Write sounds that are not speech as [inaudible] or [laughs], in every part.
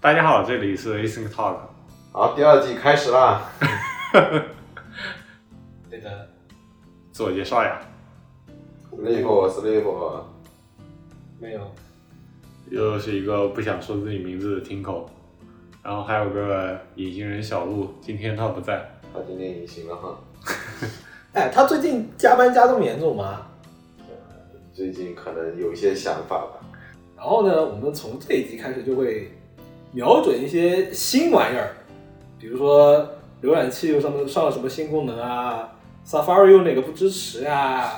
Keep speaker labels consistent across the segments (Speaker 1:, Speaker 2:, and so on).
Speaker 1: 大家好，这里是 Async Talk。
Speaker 2: 好，第二季开始啦！
Speaker 3: 对的，
Speaker 1: 自我介绍呀，
Speaker 2: 累火是累火，
Speaker 3: 没有，
Speaker 1: 又是一个不想说自己名字的听口，然后还有个隐形人小鹿，今天他不在，
Speaker 2: 他今天隐形了哈，
Speaker 4: 哎，他最近加班加这么严重吗？
Speaker 2: 最近可能有一些想法吧。
Speaker 4: 然后呢，我们从这一集开始就会瞄准一些新玩意儿，比如说浏览器又上了上了什么新功能啊，Safari 又哪个不支持啊？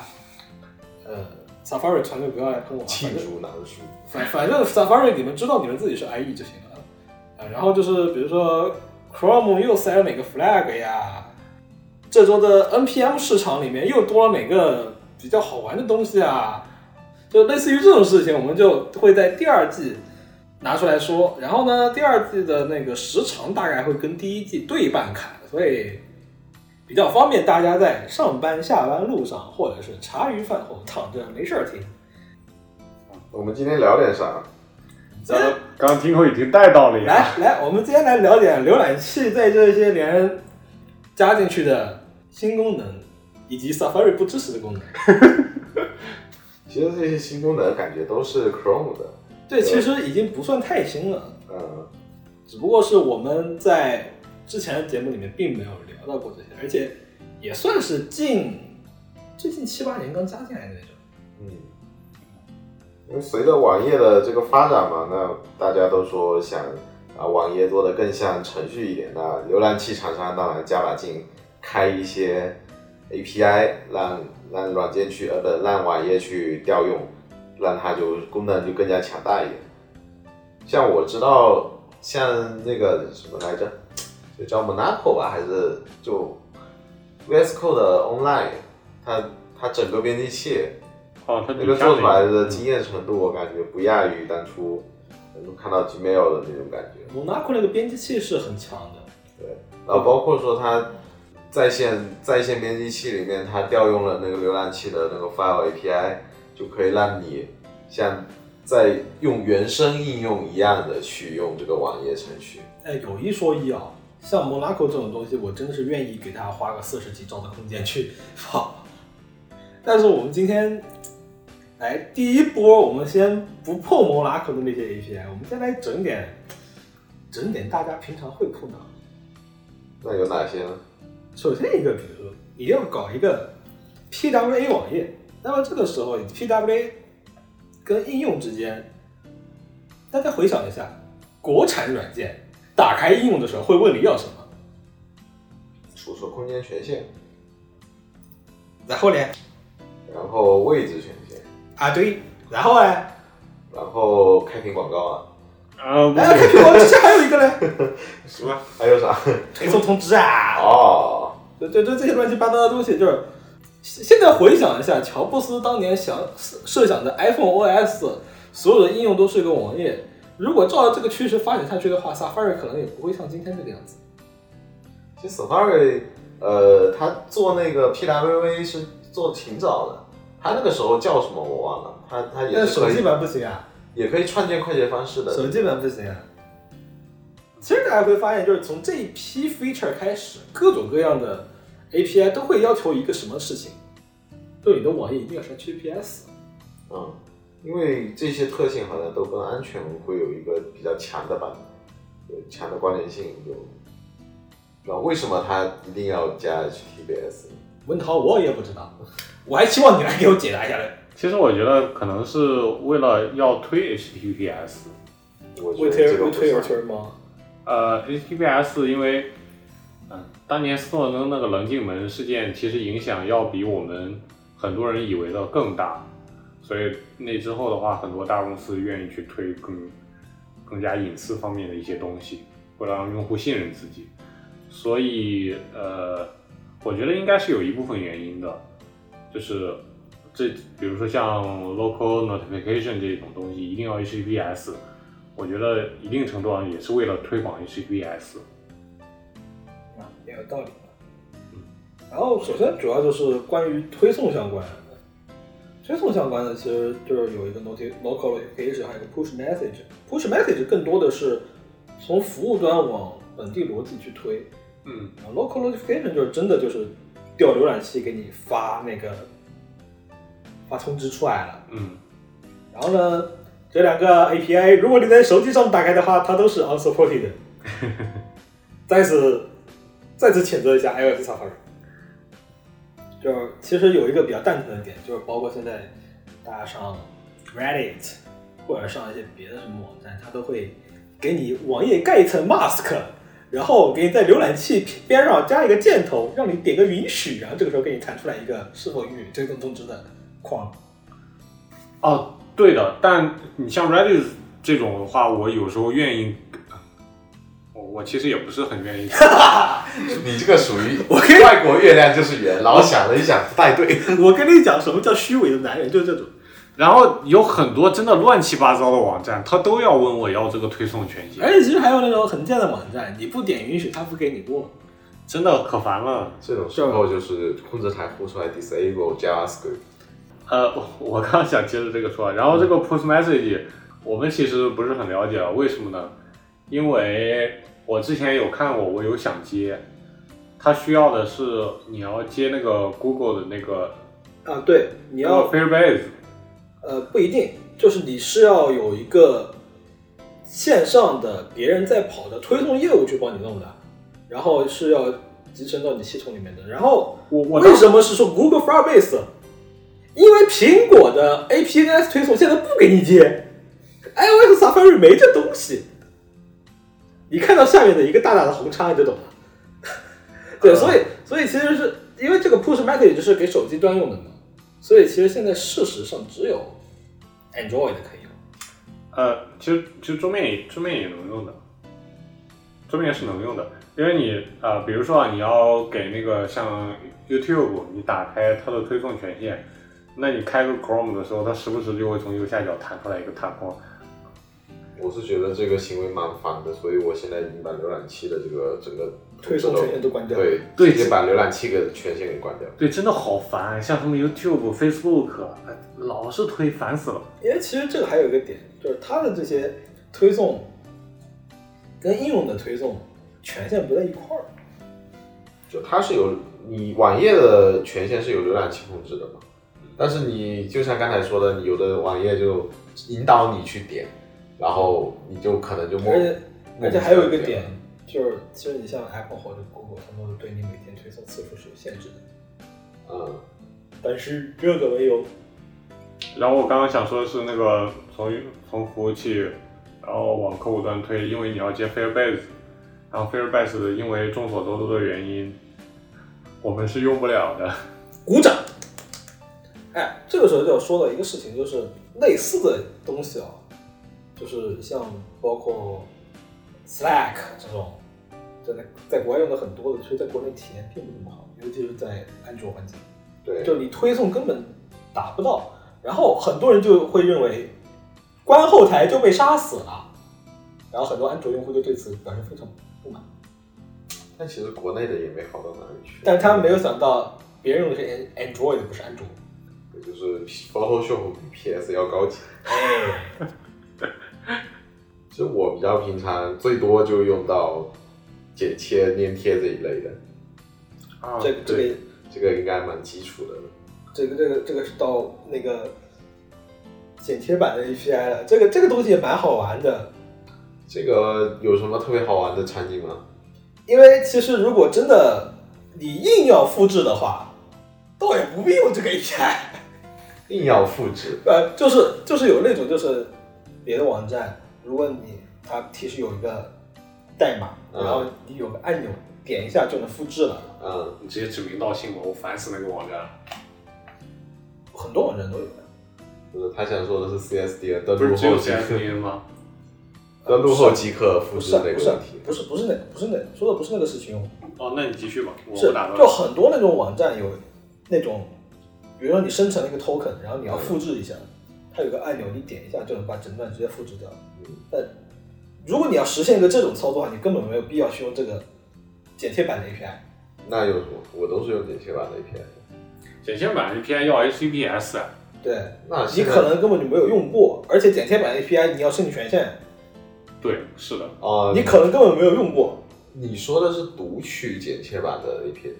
Speaker 4: 呃，Safari 团队不要来喷我啊，
Speaker 2: 罄
Speaker 4: 反正
Speaker 2: 竹难书，
Speaker 4: 反反正 Safari 你们知道你们自己是 IE 就行了啊。然后就是比如说 Chrome 又塞了哪个 flag 呀？这周的 NPM 市场里面又多了哪个比较好玩的东西啊？就类似于这种事情，我们就会在第二季拿出来说。然后呢，第二季的那个时长大概会跟第一季对半砍，所以比较方便大家在上班、下班路上，或者是茶余饭后躺着没事儿听。
Speaker 2: 我们今天聊点啥？
Speaker 1: 嗯咱们刚听口已经带到了
Speaker 2: 哎
Speaker 1: 呀。
Speaker 4: 来来，我们今天来聊点浏览器在这些年加进去的新功能，以及 Safari 不支持的功能。
Speaker 2: 其实这些新功能感觉都是 Chrome 的，
Speaker 4: 对，其实已经不算太新了，
Speaker 2: 嗯，
Speaker 4: 只不过是我们在之前的节目里面并没有聊到过这些，而且也算是近最近七八年刚加进来的那种。
Speaker 2: 嗯，因为随着网页的这个发展嘛，那大家都说想啊网页做的更像程序一点，那浏览器厂商当然加把劲，开一些 API 让让软件去呃不让网页去调用，让它就功能就更加强大一点。像我知道像那个什么来着，就叫 Monaco 吧，还是就 VS Code 的 Online，它它整个编辑器。
Speaker 1: 哦，他
Speaker 2: 那个做出来的惊艳程度，我感觉不亚于当初能够看到 Gmail 的那种感觉。
Speaker 4: Monaco 那个编辑器是很强的，
Speaker 2: 然后包括说它在线在线编辑器里面，它调用了那个浏览器的那个 File API，就可以让你像在用原生应用一样的去用这个网页程序。
Speaker 4: 哎，有一说一啊，像 Monaco 这种东西，我真的是愿意给它花个四十几兆的空间去放。但是我们今天，来第一波，我们先不碰 Monaco 的那些 API，我们先来整点，整点大家平常会碰到的。
Speaker 2: 那有哪些呢？
Speaker 4: 首先一个，比如说你要搞一个 PWA 网页，那么这个时候你 PWA 跟应用之间，大家回想一下，国产软件打开应用的时候会问你要什么？
Speaker 2: 储存空间权限，
Speaker 4: 然后呢？
Speaker 2: 然后位置权限，
Speaker 4: 啊对，然后呢？
Speaker 2: 然后开屏广告啊，
Speaker 1: 啊，不
Speaker 4: 哎，
Speaker 1: 是，
Speaker 4: 我这还有一个呢，
Speaker 1: 什么？
Speaker 2: 还有啥？ [laughs]
Speaker 4: 推送通知啊，
Speaker 2: 哦，
Speaker 4: 对对对，这些乱七八糟的东西就是。现现在回想一下，乔布斯当年想设设想的 iPhone OS，所有的应用都是一个网页。如果照着这个趋势发展下去的话，Safari 可能也不会像今天这个样子。
Speaker 2: 其实 Safari，呃，他做那个 PWA 是做挺早的，他那个时候叫什么我忘了，他他也
Speaker 4: 但
Speaker 2: 是
Speaker 4: 手
Speaker 2: 可
Speaker 4: 机
Speaker 2: 以
Speaker 4: 版不行啊，
Speaker 2: 也可以创建快捷方式的，
Speaker 4: 手机版不行啊。其实大家会发现，就是从这一批 feature 开始，各种各样的 API 都会要求一个什么事情，就你的网页一定要是 HTTPS。
Speaker 2: 嗯，因为这些特性好像都跟安全会有一个比较强的版，有强的关联性有。那为什么它一定要加 HTTPS？
Speaker 4: 文涛，我也不知道，我还希望你来给我解答一下嘞。
Speaker 1: 其实我觉得可能是为了要推 HTTPS，
Speaker 2: 我觉得这个不算。
Speaker 4: 吗？
Speaker 1: 呃，HTTPS 因为，嗯、当年斯诺登那个棱镜门事件，其实影响要比我们很多人以为的更大，所以那之后的话，很多大公司愿意去推更更加隐私方面的一些东西，会让用户信任自己。所以，呃，我觉得应该是有一部分原因的，就是这，比如说像 local notification 这种东西，一定要 HTTPS。我觉得一定程度上也是为了推广 HTTPS。
Speaker 4: 啊，也有道理。然后，首先主要就是关于推送相关的，推送相关的其实就是有一个 noti local notification，还有一个 push message。push message 更多的是从服务端往本地逻辑去推。
Speaker 1: 嗯
Speaker 4: 然后 local notification 就是真的就是调浏览器给你发那个发通知出来了。
Speaker 1: 嗯
Speaker 4: 然后呢，这两个 API 如果你在手机上打开的话，它都是 unsupported 的。再次再次谴责一下 iOS Safari。就其实有一个比较蛋疼的点，就是包括现在大家上 Reddit 或者上一些别的什么网站，它都会给你网页盖一层 mask，然后给你在浏览器边上加一个箭头，让你点个允许，然后这个时候给你弹出来一个是否允许追踪通知的框。
Speaker 1: 哦，对的，但你像 Reddit 这种的话，我有时候愿意，我我其实也不是很 [laughs] 愿意。
Speaker 2: 你这个属于
Speaker 4: [laughs] 我可以
Speaker 2: 外国月亮就是圆，老想了一想不太
Speaker 4: [laughs]
Speaker 2: 对。
Speaker 4: 我跟你讲，什么叫虚伪的男人，就是这种。
Speaker 1: 然后有很多真的乱七八糟的网站，他都要问我要这个推送权限，
Speaker 4: 而且其实还有那种很贱的网站，你不点允许，他不给你过。
Speaker 1: 真的可烦了。
Speaker 2: 这种时候就是控制台呼出来 disable JavaScript。
Speaker 1: 呃，我我刚想接着这个说，啊然后这个 push message 我们其实不是很了解，啊为什么呢？因为我之前有看过，我有想接，它需要的是你要接那个 Google 的那个
Speaker 4: 啊，对，你
Speaker 1: 那个 Firebase，
Speaker 4: 呃，不一定，就是你是要有一个线上的别人在跑的推送业务去帮你弄的，然后是要集成到你系统里面的。然后
Speaker 1: 我我
Speaker 4: 为什么是说 Google Firebase？因为苹果的 APNS 推送现在不给你接，iOS Safari 没这东西。你看到下面的一个大大的红叉，你就懂了。对，所以所以其实是因为这个 push message 就是给手机端用的嘛，所以其实现在事实上只有 Android 可以用。
Speaker 1: 呃，其实其实桌面也桌面也能用的，桌面是能用的，因为你呃，比如说啊，你要给那个像 YouTube，你打开它的推送权限，那你开个 Chrome 的时候，它时不时就会从右下角弹出来一个弹框。
Speaker 2: 我是觉得这个行为蛮烦的，所以我现在已经把浏览器的这个整个
Speaker 4: 推送权限都关掉
Speaker 2: 对，
Speaker 1: 对
Speaker 2: 直接把浏览器的权限给关掉。
Speaker 1: 对，真的好烦，啊像什么 YouTube、Facebook，哎老是推，烦死了。
Speaker 4: 因为其实这个还有一个点，就是它的这些推送跟应用的推送权限不在一块儿。
Speaker 2: 就它是有你网页的权限是有浏览器控制的嘛，
Speaker 4: 嗯
Speaker 2: 但是你就像刚才说的，你有的网页就引导你去点，然后你就可能就默
Speaker 4: 而且
Speaker 2: 默
Speaker 4: 而且
Speaker 2: 默
Speaker 4: 还有一
Speaker 2: 地
Speaker 4: 个
Speaker 2: 点
Speaker 4: 点，就是其实你像 Apple 或者 Google，他们都对你每天推送次数是有限制的，
Speaker 2: 嗯，
Speaker 4: 但是这个没有。
Speaker 1: 然后我刚刚想说的是那个从从服务器，然后往客户端推，因为你要接 Firebase，然后 Firebase 因为众所周知的原因，我们是用不了的。
Speaker 4: 鼓掌。哎，这个时候就要说到一个事情，就是类似的东西啊，就是像包括 Slack 这种，真的在国外用的很多的，其实在国内体验并不怎么好，尤其是在安卓环境，
Speaker 2: 对，
Speaker 4: 就你推送根本打不到，然后很多人就会认为关后台就被杀死了，然后很多安卓用户就对此表示非常不满。
Speaker 2: 但其实国内的也没好到哪里去。
Speaker 4: 但他们没有想到，别人用的是 An- Android，不是安卓。
Speaker 2: 对，就是 Photoshop 比 PS 要高级。 [laughs] 其实我比较平常，最多就用到剪切、粘贴这一类的，
Speaker 1: 啊
Speaker 4: 这个这个
Speaker 2: 这个应该蛮基础的了。
Speaker 4: 这个这个这个是到那个剪贴版的 API 了，这个这个东西也蛮好玩的，
Speaker 2: 这个有什么特别好玩的场景吗？
Speaker 4: 因为其实如果真的你硬要复制的话，倒也不必用这个 API，
Speaker 2: 硬要复制，
Speaker 4: 呃，就是就是有那种就是别的网站，如果你它提示有一个代码，
Speaker 2: 嗯
Speaker 4: 然后你有个按钮点一下就能复制了，
Speaker 2: 嗯，
Speaker 1: 你直接指名道姓我，我烦死那个网站。
Speaker 4: 很多网站都有的。
Speaker 2: 就是他想说的是 CSD 的
Speaker 4: 呃
Speaker 2: 登
Speaker 1: 不是
Speaker 2: 录
Speaker 1: 只有
Speaker 2: 后即
Speaker 1: CSDN 吗？
Speaker 2: 登录后即可复
Speaker 4: 不
Speaker 2: 制
Speaker 4: 是
Speaker 2: 那
Speaker 4: 不
Speaker 2: 个
Speaker 4: 是
Speaker 2: 问题。
Speaker 4: 不是不是那个不是那个说的不是那个事情哦，
Speaker 1: 哦，那你继续吧，我
Speaker 4: 是
Speaker 1: 不打断。
Speaker 4: 就很多那种网站有那种，比如说你生成了一个 token，然后你要复制一下，它有个按钮，你点一下就能把整段直接复制掉。但如果你要实现一个这种操作的话，你根本没有必要去用这个剪贴版的 API。
Speaker 2: 那有什么？我都是用剪切版的 API。
Speaker 1: 剪线版 API 要 HTTPS，
Speaker 4: 对，
Speaker 2: 那
Speaker 4: 你
Speaker 2: 现在
Speaker 4: 可能根本就没有用过，而且剪贴版 API 你要申请权限，
Speaker 1: 对，是的，
Speaker 2: 哦，
Speaker 4: 你可能根本没有用过，
Speaker 2: 你说的是读取剪切版的 APK，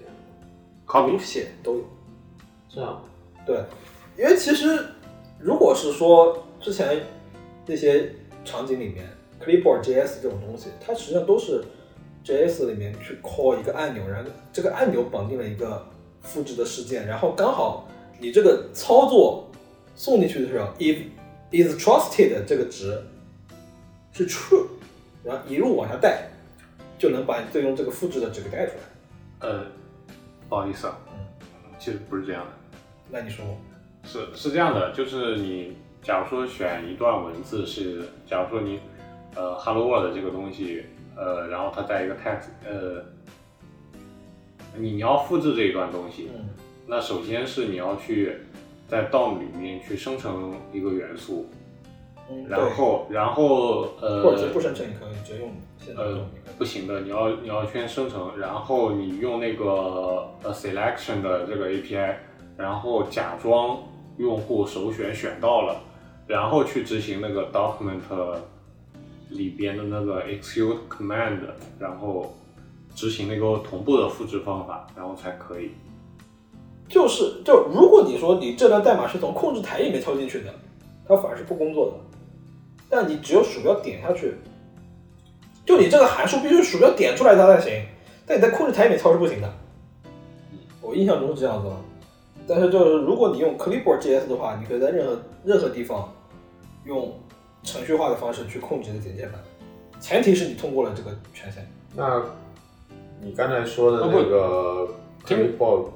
Speaker 1: copy
Speaker 4: 写都有。
Speaker 2: 这样吗
Speaker 4: 对，因为其实如果是说之前那些场景里面，clipboard JS 这种东西，它实际上都是 JS 里面去 call 一个按钮，然后这个按钮绑定了一个复制的事件，然后刚好你这个操作送进去的时候，if is trusted 这个值是 true，然后一路往下带，就能把你最终这个复制的值给带出来。
Speaker 1: 呃，不好意思啊，其实不是这样的。
Speaker 4: 那你说，
Speaker 1: 是是这样的，就是你假如说选一段文字是，假如说你呃 Hello World 这个东西，呃，然后它在一个 text，呃，你你要复制这一段东西，
Speaker 4: 嗯
Speaker 1: 那首先是你要去在 DOM 里面去生成一个元素，
Speaker 4: 嗯，
Speaker 1: 然后然后呃，
Speaker 4: 对或者是不生成也可以，直接用现在的
Speaker 1: 呃
Speaker 4: 用也可以。
Speaker 1: 不行的，你要你要先生成，然后你用那个呃 selection 的这个 API，然后假装用户首选选到了，然后去执行那个 document 里边的那个 execute command，然后执行那个同步的复制方法，然后才可以。
Speaker 4: 就是就如果你说你这段代码是从控制台里面敲进去的，它反而是不工作的。但你只有鼠标点下去，就你这个函数必须是鼠标点出来它才行，但你在控制台里面敲是不行的。我印象中是这样子的，但是就是如果你用 Clipboard JS 的话，你可以在任何任何地方用程序化的方式去控制你的简介版，前提是你通过了这个权限。
Speaker 2: 那你刚才说
Speaker 4: 哦
Speaker 2: 的那个
Speaker 1: 不
Speaker 2: clipboard，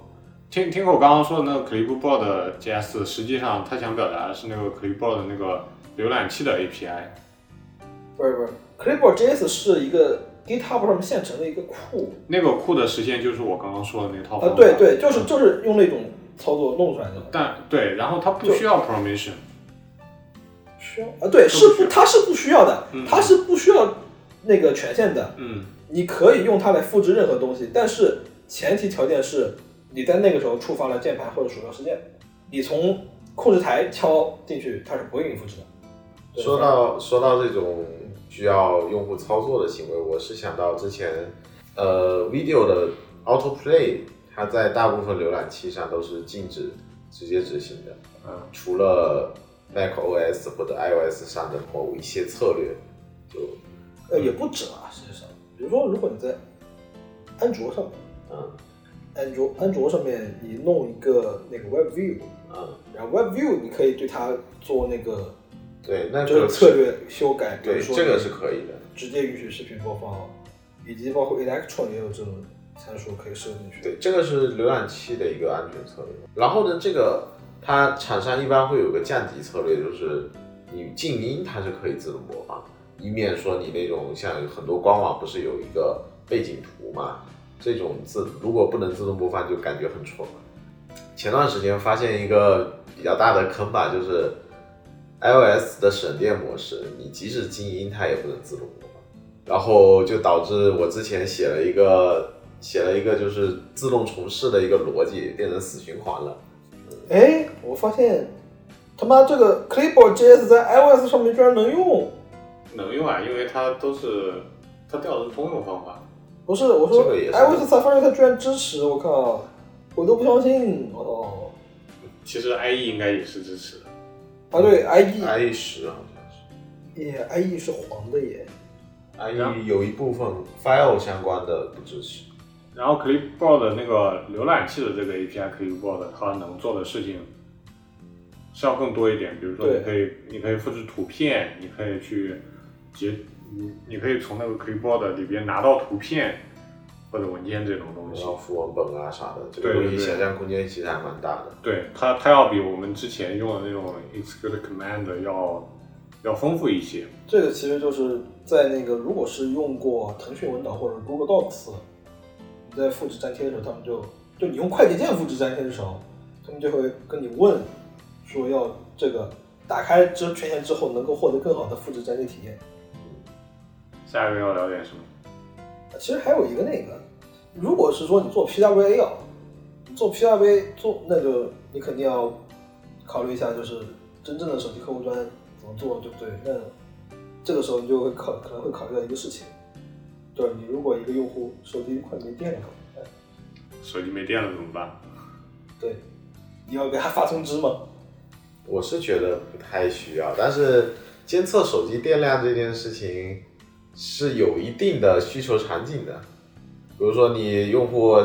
Speaker 1: 听听我刚刚说的那个 Clipboard JS，实际上它想表达的是那个 Clipboard 的那个浏览器的 API。
Speaker 4: 不是不是，Clipboard JS 是一个 GitHub 上面现成的一个库，
Speaker 1: 那个库的实现就是我刚刚说的那套方法。
Speaker 4: 啊，对对，就是就是用那种操作弄出来的，
Speaker 1: 但对，然后它不需要 permission，
Speaker 4: 需要啊，对，是
Speaker 1: 不需
Speaker 4: 不，
Speaker 1: 要
Speaker 4: 它是不需要的
Speaker 1: 嗯，
Speaker 4: 它是不需要那个权限的，
Speaker 1: 嗯，
Speaker 4: 你可以用它来复制任何东西，但是前提条件是你在那个时候触发了键盘或者鼠标事件，你从控制台敲进去，它是不会给你复制的。对
Speaker 2: 说到说到这种需要用户操作的行为，我是想到之前呃 video 的 autoplay，它在大部分浏览器上都是禁止直接执行的，
Speaker 1: 嗯，
Speaker 2: 除了 macOS 或者 iOS 上的某一些策略，就
Speaker 4: 呃，也不止啊，实际上，比如说如果你在安卓上面，
Speaker 2: 嗯
Speaker 4: 安卓安卓上面你弄一个那个 Web View，
Speaker 2: 嗯，
Speaker 4: 然后 Web View 你可以对它做那个
Speaker 2: 对，那
Speaker 4: 就
Speaker 2: 个
Speaker 4: 是策，略修改，比
Speaker 2: 对，
Speaker 4: 如说
Speaker 2: 这个是可以的。
Speaker 4: 直接允许视频播放，以及包括 Electron 也有这种参数可以设进去。
Speaker 2: 对，这个是浏览器的一个安全策略。然后呢，这个它厂商一般会有个降级策略，就是你静音它是可以自动播放，以免说你那种像很多官网不是有一个背景图嘛，这种自如果不能自动播放，就感觉很蠢了。前段时间发现一个比较大的坑吧，就是 iOS 的省电模式，你即使静音它也不能自动播放。然后就导致我之前写了一个写了一个就是自动重试的一个逻辑，变成死循环了。
Speaker 4: 哎，我发现他妈这个 Clipboard JS 在 iOS 上面居然能用，
Speaker 1: 能用啊，因为它都是它调的是通用方法。
Speaker 4: 不是我
Speaker 2: 这
Speaker 4: 说
Speaker 2: 个也是
Speaker 4: iOS 才发现它居然支持，我靠，我都不相信，哦我操！
Speaker 1: 其实 IE 应该也是支持的，
Speaker 4: 啊对，IE 哎
Speaker 2: IE 十啊好像是
Speaker 4: 耶，IE 是黄的耶，
Speaker 2: ，IE 有一部分 file 相关的不支持。
Speaker 1: 然后 Clipboard 的那个浏览器的这个 API Clipboard 它能做的事情是要更多一点，比如说
Speaker 4: 对
Speaker 1: 你可以你可以复制图片，你可以去截，你你可以从那个 Clipboard 里边拿到图片或者文件这种东西
Speaker 2: 然。后符文本啊啥的，这
Speaker 1: 对
Speaker 2: 个
Speaker 1: 对
Speaker 2: 东
Speaker 1: 对
Speaker 2: 西想象空间其实还蛮大的。
Speaker 1: 对它，它要比我们之前用的那种 execute command 要要丰富一些。
Speaker 4: 这个其实就是在那个，如果是用过腾讯文档或者 Google Docs，你在复制粘贴的时候，他们就就你用快捷键复制粘贴的时候，他们就会跟你问，说要这个打开这权限之后能够获得更好的复制粘贴体验。
Speaker 1: 下一个要聊点什么？
Speaker 4: 其实还有一个那个，如果是说你做 PWA
Speaker 5: 哦
Speaker 4: 啊，你做 PWA 做那就你肯定要考虑一下，就是真正的手机客户端怎么做，对不对？那
Speaker 5: 这个时候你就会考可能会考虑到一个事情，就是你如果一个用户手机快没电了，哎
Speaker 1: 手机没电了怎么办？
Speaker 5: 对，你要给他发通知吗？
Speaker 2: 我是觉得不太需要，但是监测手机电量这件事情是有一定的需求场景的，比如说你用户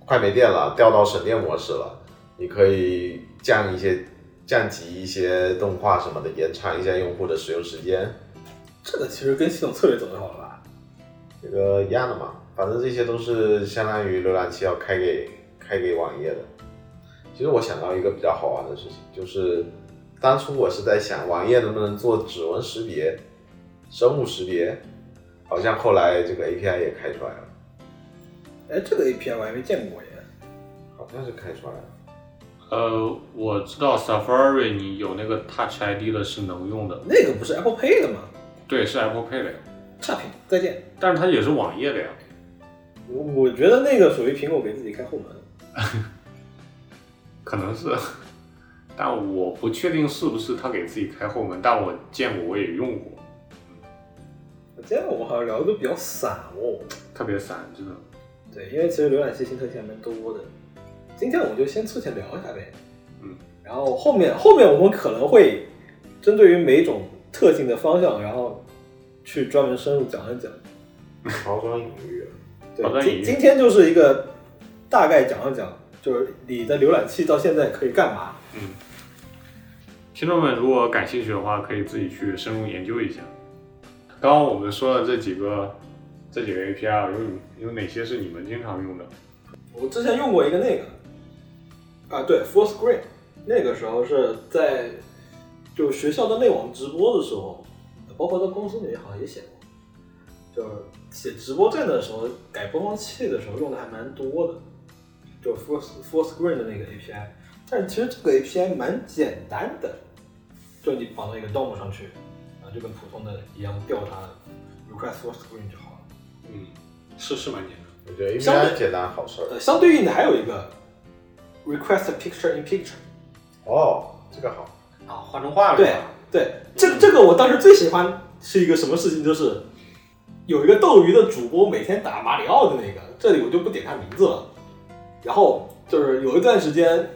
Speaker 2: 快没电了，调到省电模式了，你可以降一些降级一些动画什么的，延长一下用户的使用时间，
Speaker 4: 这个其实跟系统策略走就好了吧？
Speaker 2: 这个一样的嘛，反正这些都是相当于浏览器要开给开给网页的。其实我想到一个比较好玩的事情，就是当初我是在想网页能不能做指纹识别、生物识别，好像后来这个 API 也开出来了，
Speaker 4: 哎，这个 API 我还没见过耶。
Speaker 2: 好像是开出来了。
Speaker 1: 呃，我知道 Safari 你有那个 Touch ID 的是能用的，
Speaker 4: 那个不是 Apple Pay 的吗？
Speaker 1: 对，是 Apple Pay 的呀，
Speaker 4: 差评，再见。
Speaker 1: 但是它也是网页的呀。
Speaker 4: 我我觉得那个属于苹果给自己开后门。
Speaker 1: 可能是， [laughs] 但我不确定是不是他给自己开后门，但我见过，我也用过，
Speaker 4: 我今天我们好像聊的都比较散哦。
Speaker 1: 特别散，真的。
Speaker 4: 对，因为其实浏览器新特性还蛮多的。今天我们就先粗浅聊一下呗。
Speaker 1: 嗯。
Speaker 4: 然后后面后面我们可能会针对于每种特性的方向，然后去专门深入讲一讲。
Speaker 2: 包装啊隐喻，
Speaker 4: 对
Speaker 1: 好的，
Speaker 4: 今
Speaker 1: 你
Speaker 4: 今天就是一个大概讲一讲，就是你的浏览器到现在可以干嘛。
Speaker 1: 嗯，听众们如果感兴趣的话，可以自己去深入研究一下。刚刚我们说的这几个这几个 API 有你有哪些是你们经常用的？
Speaker 4: 我之前用过一个那个，啊，对，Full Screen，那个时候是在就学校的内网直播的时候，包括在公司里面好像也写过，就是写直播站的时候改播放器的时候用的还蛮多的，就 Full Full Screen 的那个 API，但是其实这个 API 蛮简单的，就你绑到一个 DOM 上去，啊，就跟普通的一样调查 request Full Screen 就好了。
Speaker 1: 嗯，是是蛮简单。
Speaker 2: 我觉得
Speaker 4: 相对
Speaker 2: API 简单好事儿。
Speaker 4: 呃，相对应的还有一个 request picture in picture。
Speaker 2: 哦，这个好，
Speaker 3: 啊，画成画了
Speaker 4: 对
Speaker 3: 吧
Speaker 4: 对，这这个我当时最喜欢是一个什么事情，就是有一个斗鱼的主播每天打马里奥的那个，这里我就不点他名字了。然后就是有一段时间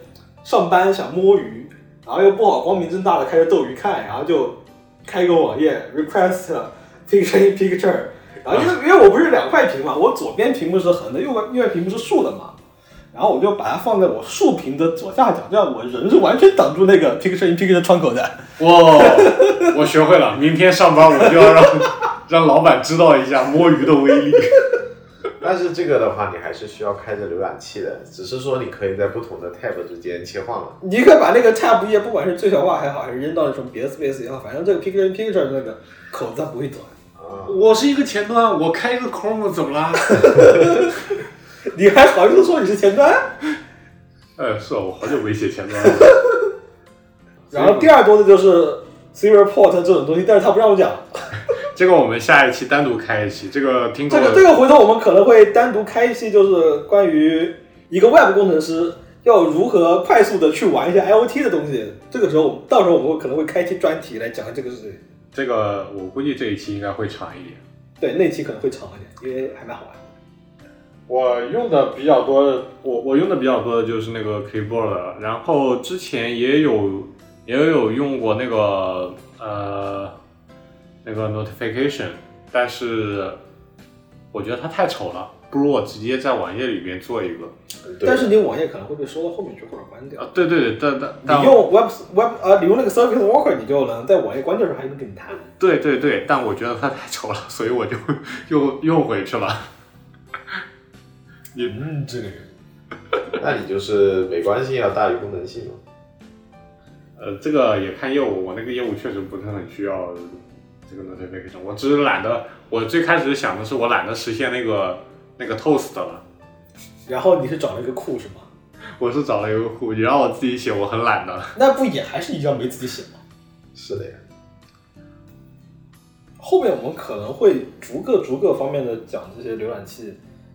Speaker 4: 上班想摸鱼，然后又不好光明正大的开着斗鱼看，然后就开个网页 request picture in picture，然后因为因为我不是两块屏嘛，我左边屏幕是横的，右边右边屏幕是竖的嘛。然后我就把它放在我竖屏的左下角，这样我人是完全挡住那个 picture in picture 的窗口的。
Speaker 1: 哇、我学会了，明天上班我就要让让老板知道一下摸鱼的威力。
Speaker 2: 但是这个的话，你还是需要开着浏览器的，只是说你可以在不同的 tab 之间切换了。
Speaker 4: 你可以把那个 tab 页，不管是最小化还好，还是扔到什么别的 space 也好，反正这个 picture in picture 的那个口子它不会短。
Speaker 2: 啊，
Speaker 1: 我是一个前端，我开一个 Chrome 怎么啦？
Speaker 4: 你还好意思说你是前端？
Speaker 1: 呃，是啊我好久没写前端了。
Speaker 4: 然后第二多的就是 serial port 这种东西，但是他不让我讲。
Speaker 1: 这个我们下一期单独开一期，这个听
Speaker 4: 这
Speaker 1: 过
Speaker 4: 个这个回头我们可能会单独开一期，就是关于一个 web 工程师要如何快速的去玩一些 IOT 的东西。这个时候我们到时候我们可能会开一期专题来讲这个事情。
Speaker 1: 这个我估计这一期应该会长一点。
Speaker 4: 对，那期可能会长一点，因为还蛮好玩。
Speaker 1: 我用的比较多的，我我用的比较多的就是那个 Keyboard，了然后之前也有也有用过那个呃那个 Notification，但是我觉得它太丑了，不如我直接在网页里边做一个。
Speaker 2: 对
Speaker 4: 但是你网页可能会被收到后面去或者关掉。
Speaker 1: 啊，对对对，但但但
Speaker 4: 你用 web web 呃，你用那个 Service Worker，你就能在网页关键上还能跟你谈。
Speaker 1: 对对对，但我觉得它太丑了，所以我就 [laughs] 又又回去了。
Speaker 4: 嗯，这个
Speaker 2: [laughs] 那你就是美观性要啊大于功能性嘛。
Speaker 1: 呃，这个也看业务，我那个业务确实不是很需要这个 notification。我只是懒得，我最开始想的是我懒得实现那个那个 toast 了。
Speaker 4: 然后你是找了一个库是吗？
Speaker 1: 我是找了一个户，你让我自己写，我很懒的。
Speaker 4: 那不也还是一样没自己写吗？
Speaker 2: 是的呀，
Speaker 4: 后面我们可能会逐个逐个方面的讲这些浏览器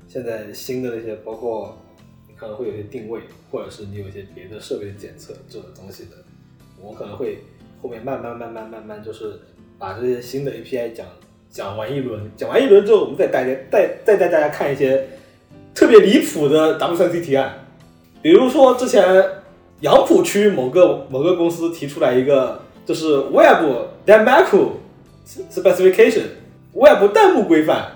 Speaker 4: 现在新的那些，包括你可能会有一些定位，或者是你有一些别的设备检测这种东西的，我们可能会后面慢慢慢慢慢慢就是把这些新的 API 讲讲完一轮，讲完一轮之后，我们再带家再再带大家看一些特别离谱的 W 三 C 提案，比如说之前杨浦区某个某个公司提出来一个，就是 Web Dynamic Specification Web 弹幕规范。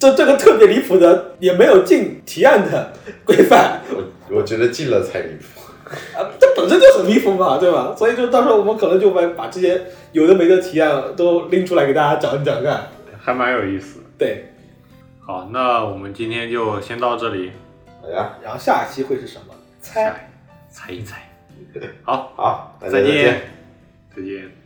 Speaker 4: 这这个特别离谱的，也没有进提案的 [laughs] 规范，
Speaker 2: 我我觉得进了才离谱。
Speaker 4: 啊，这本身就很离谱嘛，对吧？所以就到时候我们可能就把把这些有的没的提案都拎出来给大家讲一讲看。
Speaker 1: 还蛮有意思。
Speaker 4: 对，
Speaker 1: 好，那我们今天就先到这里，
Speaker 2: 好呀，
Speaker 4: 然后下一期会是什么？猜。
Speaker 1: 猜一猜。好，
Speaker 2: [laughs] 好，大家
Speaker 1: 再见，再见。